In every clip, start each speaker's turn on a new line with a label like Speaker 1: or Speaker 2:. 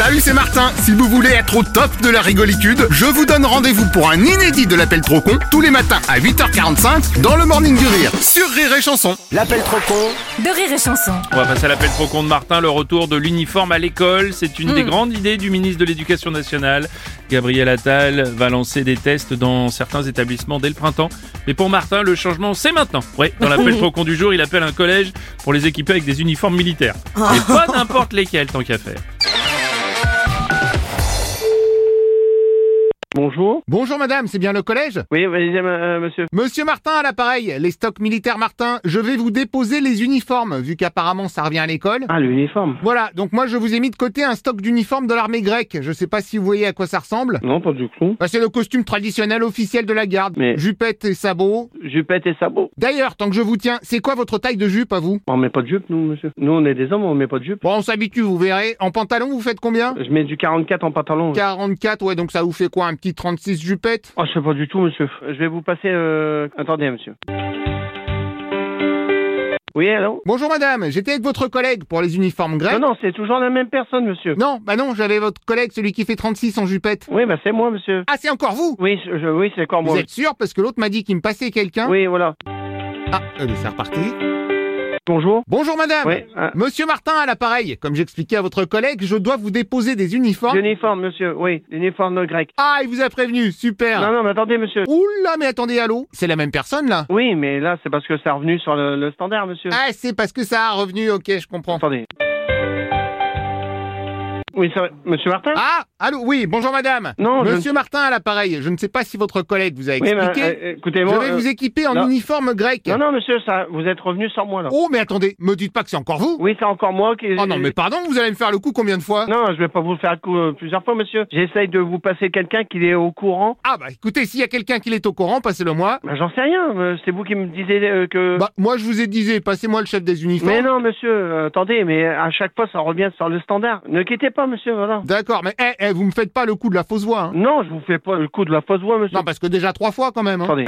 Speaker 1: Salut, c'est Martin. Si vous voulez être au top de la rigolitude, je vous donne rendez-vous pour un inédit de l'appel trop con tous les matins à 8h45 dans le Morning du Rire sur Rire et Chanson.
Speaker 2: L'appel trop con
Speaker 3: de rire et chanson.
Speaker 4: On va passer à l'appel trop con de Martin, le retour de l'uniforme à l'école. C'est une des grandes idées du ministre de l'Éducation nationale. Gabriel Attal va lancer des tests dans certains établissements dès le printemps. Mais pour Martin, le changement, c'est maintenant. Ouais, dans l'appel trop con du jour, il appelle un collège pour les équiper avec des uniformes militaires. Et pas n'importe lesquels, tant qu'à faire.
Speaker 5: Bonjour.
Speaker 1: Bonjour madame, c'est bien le collège
Speaker 5: Oui, vas-y, euh, monsieur.
Speaker 1: Monsieur Martin à l'appareil, les stocks militaires Martin, je vais vous déposer les uniformes vu qu'apparemment ça revient à l'école.
Speaker 5: Ah, l'uniforme.
Speaker 1: Voilà, donc moi je vous ai mis de côté un stock d'uniformes de l'armée grecque. Je sais pas si vous voyez à quoi ça ressemble.
Speaker 5: Non, pas du tout.
Speaker 1: Bah, c'est le costume traditionnel officiel de la garde.
Speaker 5: Mais-
Speaker 1: Jupette et sabots.
Speaker 5: Jupette et sabots.
Speaker 1: D'ailleurs, tant que je vous tiens, c'est quoi votre taille de jupe à vous
Speaker 5: On met pas de jupe, nous, monsieur. Nous, on est des hommes, on met pas de jupe.
Speaker 1: Bon, on s'habitue, vous verrez. En pantalon, vous faites combien
Speaker 5: Je mets du 44 en pantalon.
Speaker 1: 44, ouais, donc ça vous fait quoi Un petit 36 jupettes
Speaker 5: Oh, je sais pas du tout, monsieur. Je vais vous passer, euh... Attendez, monsieur. Oui, allô
Speaker 1: Bonjour madame, j'étais avec votre collègue pour les uniformes grecs.
Speaker 5: Non, non, c'est toujours la même personne, monsieur.
Speaker 1: Non, bah non, j'avais votre collègue, celui qui fait 36 en jupette.
Speaker 5: Oui, bah, c'est moi, monsieur.
Speaker 1: Ah, c'est encore vous
Speaker 5: Oui, je, je- oui, c'est encore
Speaker 1: Vous
Speaker 5: moi.
Speaker 1: êtes sûr Parce que l'autre m'a dit qu'il me passait quelqu'un.
Speaker 5: Oui, voilà.
Speaker 1: Ah, euh, mais c'est reparti.
Speaker 5: Bonjour.
Speaker 1: Bonjour madame
Speaker 5: Oui, ah,
Speaker 1: Monsieur Martin à l'appareil. Comme j'expliquais à votre collègue, je dois vous déposer des uniformes.
Speaker 5: l'uniforme, monsieur. Oui, l'uniforme grec.
Speaker 1: Ah, il vous a prévenu, super
Speaker 5: Non, non, mais attendez, monsieur.
Speaker 1: Oula, mais attendez, allô C'est la même personne là
Speaker 5: Oui, mais là, c'est parce que c'est revenu sur le, le standard, monsieur.
Speaker 1: Ah, c'est parce que ça a revenu, ok, je comprends.
Speaker 5: Attendez. Oui, ça... Monsieur Martin
Speaker 1: Ah, allô, oui, bonjour madame
Speaker 5: Non, je-
Speaker 1: Monsieur Martin à l'appareil, je ne sais pas si votre collègue vous a
Speaker 5: Oui, mais
Speaker 1: expliqué.
Speaker 5: euh, écoutez-moi.
Speaker 1: je vais
Speaker 5: euh,
Speaker 1: vous équiper en
Speaker 5: non.
Speaker 1: uniforme grec.
Speaker 5: Non, non, monsieur, ça, vous êtes revenu sans moi, là.
Speaker 1: Oh, mais attendez, me dites pas que c'est encore vous
Speaker 5: Oui, c'est encore moi qui.
Speaker 1: Oh non, mais pardon, vous allez me faire le coup combien de fois
Speaker 5: Non, je vais pas vous le faire le coup euh, plusieurs fois, monsieur. J'essaye de vous passer quelqu'un qui est au courant.
Speaker 1: Ah bah écoutez, s'il y a quelqu'un qui l'est au courant, passez-le moi.
Speaker 5: Bah, j'en sais rien. euh, C'est vous qui me disiez euh, que.
Speaker 1: Bah moi je vous ai disé, passez-moi le chef des uniformes.
Speaker 5: mais non, monsieur, euh, attendez, mais à chaque fois, ça revient sur le standard. Ne quittez pas, monsieur, voilà.
Speaker 1: D'accord, mais eh, eh, vous me faites pas le coup de la fausse voix. Hein.
Speaker 5: Non, je vous fais pas le coup de la fausse voix, monsieur.
Speaker 1: Non bah, parce que déjà trois fois quand même. hein.
Speaker 5: Attendez.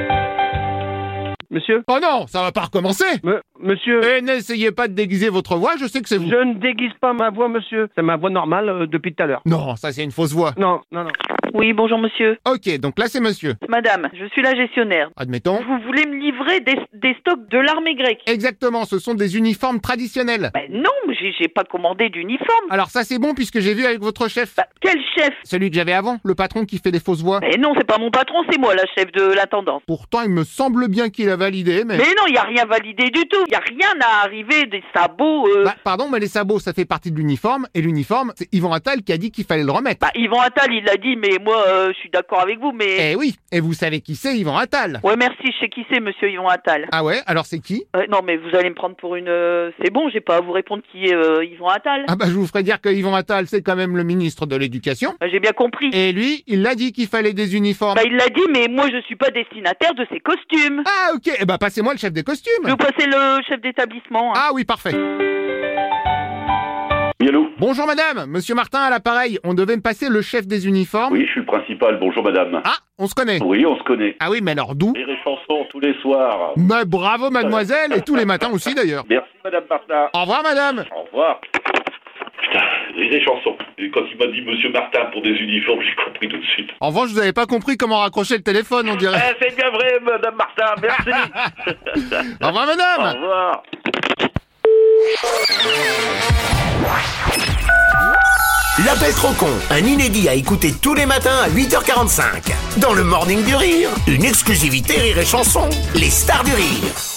Speaker 5: Monsieur
Speaker 1: Oh non, ça va pas recommencer.
Speaker 5: me- Monsieur
Speaker 1: Eh n'essayez pas de déguiser votre voix, je sais que c'est vous.
Speaker 5: Euh. Je ne déguise pas ma voix, monsieur. C'est ma voix normale euh, depuis tout à l'heure.
Speaker 1: Non, ça c'est une fausse voix.
Speaker 5: Non, non, non.
Speaker 6: Oui, bonjour monsieur.
Speaker 1: Ok, donc là c'est monsieur.
Speaker 6: Madame, je suis la gestionnaire.
Speaker 1: Admettons.
Speaker 6: Vous voulez me livrer des, des stocks de l'armée grecque
Speaker 1: Exactement, ce sont des uniformes traditionnels.
Speaker 6: Ben non, j'ai j'ai pas commandé d'uniforme.
Speaker 1: Alors ça c'est bon puisque j'ai vu avec votre chef.
Speaker 6: Ben, quel chef
Speaker 1: Celui que j'avais avant, le patron qui fait des fausses voix.
Speaker 6: Ben non, c'est pas mon patron, c'est moi la chef de la tendance.
Speaker 1: Pourtant il me semble bien qu'il a validé, mais...
Speaker 6: Mais non, il y a rien validé du tout. Il y a rien à arriver des sabots. Euh...
Speaker 1: Bah, pardon, mais les sabots, ça fait partie de l'uniforme, et l'uniforme, c'est Yvan Attal qui a dit qu'il fallait le remettre.
Speaker 6: ben, Yvan Attal, il l'a dit, mais moi, euh, je suis d'accord avec vous, mais...
Speaker 1: Eh oui, et vous savez qui c'est Yvan Attal
Speaker 6: Ouais, merci, je sais qui c'est, monsieur Yvan Attal.
Speaker 1: Ah ouais, alors c'est qui
Speaker 6: Euh, non, mais vous allez me prendre pour une... euh, C'est bon, j'ai pas à vous répondre qui est euh, Yvan Attal.
Speaker 1: Ah bah je vous ferai dire que Yvan Attal, c'est quand même le ministre de l'Éducation,
Speaker 6: Ben, J'ai bien compris.
Speaker 1: et lui, il a dit qu'il fallait des uniformes.
Speaker 6: Ben, il l'a dit, mais moi, je suis pas destinataire de ses costumes.
Speaker 1: Ah ok, eh bah passez-moi le chef des
Speaker 6: Je vais
Speaker 1: costumes
Speaker 6: vous passer le chef d'établissement. hein.
Speaker 1: Ah oui, parfait.
Speaker 7: Oui, allô
Speaker 1: Bonjour madame, monsieur Martin à l'appareil, on devait me passer le chef des uniformes.
Speaker 7: Oui, je suis le principal. Bonjour, madame.
Speaker 1: Ah, on se connaît
Speaker 7: Oui, on se connaît.
Speaker 1: Ah oui, mais alors d'où
Speaker 7: Rire et chansons tous les soirs.
Speaker 1: Mais bravo mademoiselle, et tous les matins aussi d'ailleurs.
Speaker 7: Merci, madame Martin.
Speaker 1: Au revoir madame
Speaker 7: Au revoir. Putain, rire et chansons. Et quand il m'a dit monsieur Martin pour des uniformes, j'ai compris tout de suite.
Speaker 1: En revanche, vous n'avez pas compris comment raccrocher le téléphone, on dirait.
Speaker 7: Eh, c'est bien vrai, madame Martin. Merci.
Speaker 1: Au revoir madame
Speaker 7: Au revoir.
Speaker 2: L'appel trop con, un inédit à écouter tous les matins à 8h45. Dans le Morning du Rire, une exclusivité Rire et Chanson, les stars du rire.